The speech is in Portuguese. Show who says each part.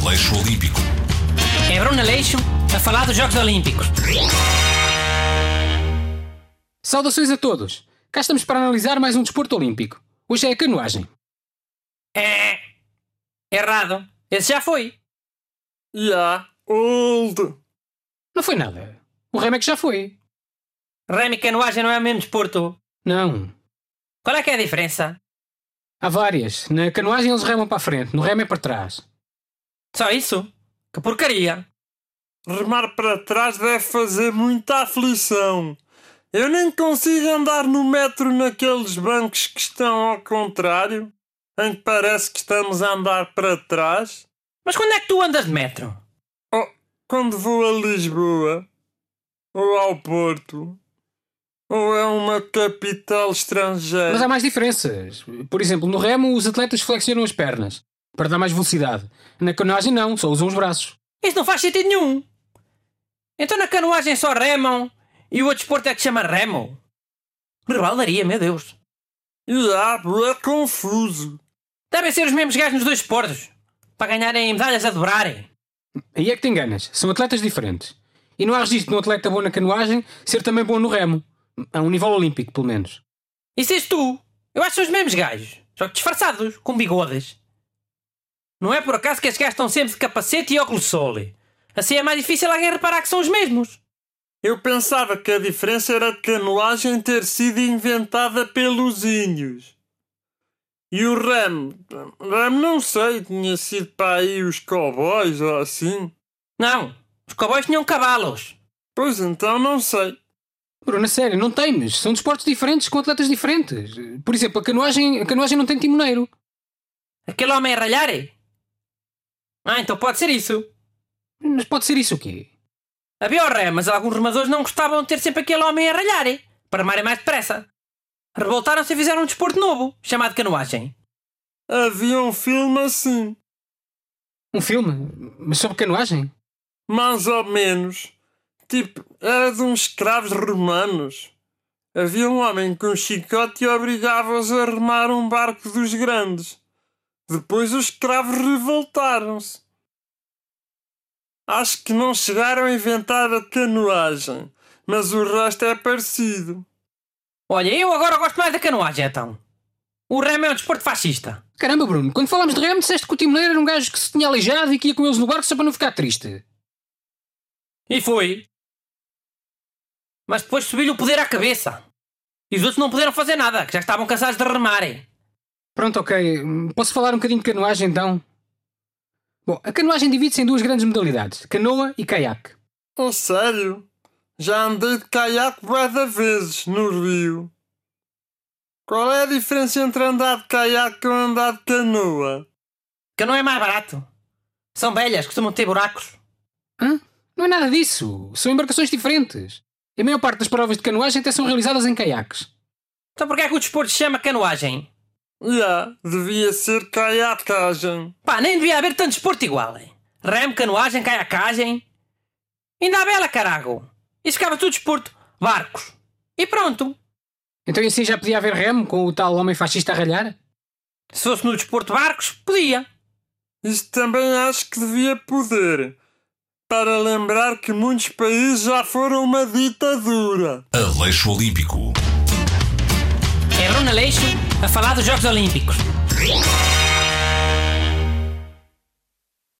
Speaker 1: Aleixo Olímpico.
Speaker 2: É Bruno Aleixo a falar dos Jogos Olímpicos.
Speaker 3: Saudações a todos! Cá estamos para analisar mais um desporto olímpico. Hoje é a canoagem.
Speaker 2: É. Errado. Esse já foi.
Speaker 4: Yeah, old.
Speaker 3: Não foi nada. O remo é que já foi.
Speaker 2: Remo e canoagem não é o mesmo desporto.
Speaker 3: Não.
Speaker 2: Qual é que é a diferença?
Speaker 3: Há várias. Na canoagem eles remam para a frente, no remo é para trás.
Speaker 2: Só isso? Que porcaria.
Speaker 4: Remar para trás deve fazer muita aflição. Eu nem consigo andar no metro naqueles bancos que estão ao contrário, em que parece que estamos a andar para trás.
Speaker 2: Mas quando é que tu andas de metro?
Speaker 4: Oh, quando vou a Lisboa, ou ao Porto, ou a uma capital estrangeira.
Speaker 3: Mas há mais diferenças. Por exemplo, no remo os atletas flexionam as pernas para dar mais velocidade. Na canoagem não, só usam os braços.
Speaker 2: Isso não faz sentido nenhum. Então na canoagem só remam e o outro desporto é que se chama remo. Rebalaria, meu Deus.
Speaker 4: Yeah, é confuso.
Speaker 2: Devem ser os mesmos gajos nos dois esportes. Para ganharem medalhas a dobrarem.
Speaker 3: Aí é que te enganas. São atletas diferentes. E não há registro de um atleta bom na canoagem ser também bom no remo. A um nível olímpico, pelo menos.
Speaker 2: Isso és tu. Eu acho que são os mesmos gajos. Só que disfarçados, com bigodes. Não é por acaso que estes gajos estão sempre de capacete e óculos de sol. Assim é mais difícil alguém reparar que são os mesmos.
Speaker 4: Eu pensava que a diferença era a canoagem ter sido inventada pelos índios. E o remo? Remo não sei, tinha sido para aí os cowboys ou assim.
Speaker 2: Não. Os cowboys tinham cavalos.
Speaker 4: Pois então não sei.
Speaker 3: Bruno, a sério, não temos. São desportos diferentes com atletas diferentes. Por exemplo, a canoagem, a canoagem não tem timoneiro.
Speaker 2: Aquele homem é ralhare? Ah, então pode ser isso.
Speaker 3: Mas pode ser isso o quê?
Speaker 2: Havia o ré, mas alguns remadores não gostavam de ter sempre aquele homem a ralhar, eh, para amarem mais depressa. Revoltaram-se e fizeram um desporto novo, chamado canoagem.
Speaker 4: Havia um filme assim,
Speaker 3: Um filme? Mas sobre canoagem?
Speaker 4: mais ou menos. Tipo, era de uns escravos romanos. Havia um homem com um chicote e obrigava-os a remar um barco dos grandes. Depois os escravos revoltaram-se. Acho que não chegaram a inventar a canoagem, mas o resto é parecido.
Speaker 2: Olha, eu agora gosto mais da canoagem, então. O remo é um desporto fascista.
Speaker 3: Caramba, Bruno, quando falámos de remo, disseste que o timoneiro era um gajo que se tinha aleijado e que ia com eles no barco só para não ficar triste.
Speaker 2: E foi. Mas depois subiu-lhe o poder à cabeça. E os outros não puderam fazer nada, que já estavam cansados de remarem.
Speaker 3: Pronto, ok. Hum, Posso falar um bocadinho de canoagem então? Bom, a canoagem divide-se em duas grandes modalidades: canoa e caiaque.
Speaker 4: Oh, sério? Já andei de caiaque várias vezes no rio. Qual é a diferença entre andar de caiaque ou andar de canoa?
Speaker 2: Canoa é mais barato. São velhas, costumam ter buracos.
Speaker 3: Hã? Não é nada disso. São embarcações diferentes. E a maior parte das provas de canoagem até são realizadas em caiaques.
Speaker 2: Então porquê é que o desporto se chama canoagem?
Speaker 4: Já, devia ser tá, caiacagem.
Speaker 2: Pá, nem devia haver tanto desporto igual. hein? Remo, canoagem, caiacagem. Ainda a bela, carago. Isso ficava tudo desporto. Barcos. E pronto.
Speaker 3: Então e assim já podia haver remo com o tal homem fascista a ralhar?
Speaker 2: Se fosse no desporto barcos, podia.
Speaker 4: Isto também acho que devia poder. Para lembrar que muitos países já foram uma ditadura.
Speaker 1: Aleixo Olímpico.
Speaker 2: É Bruno Aleixo a falar dos Jogos Olímpicos.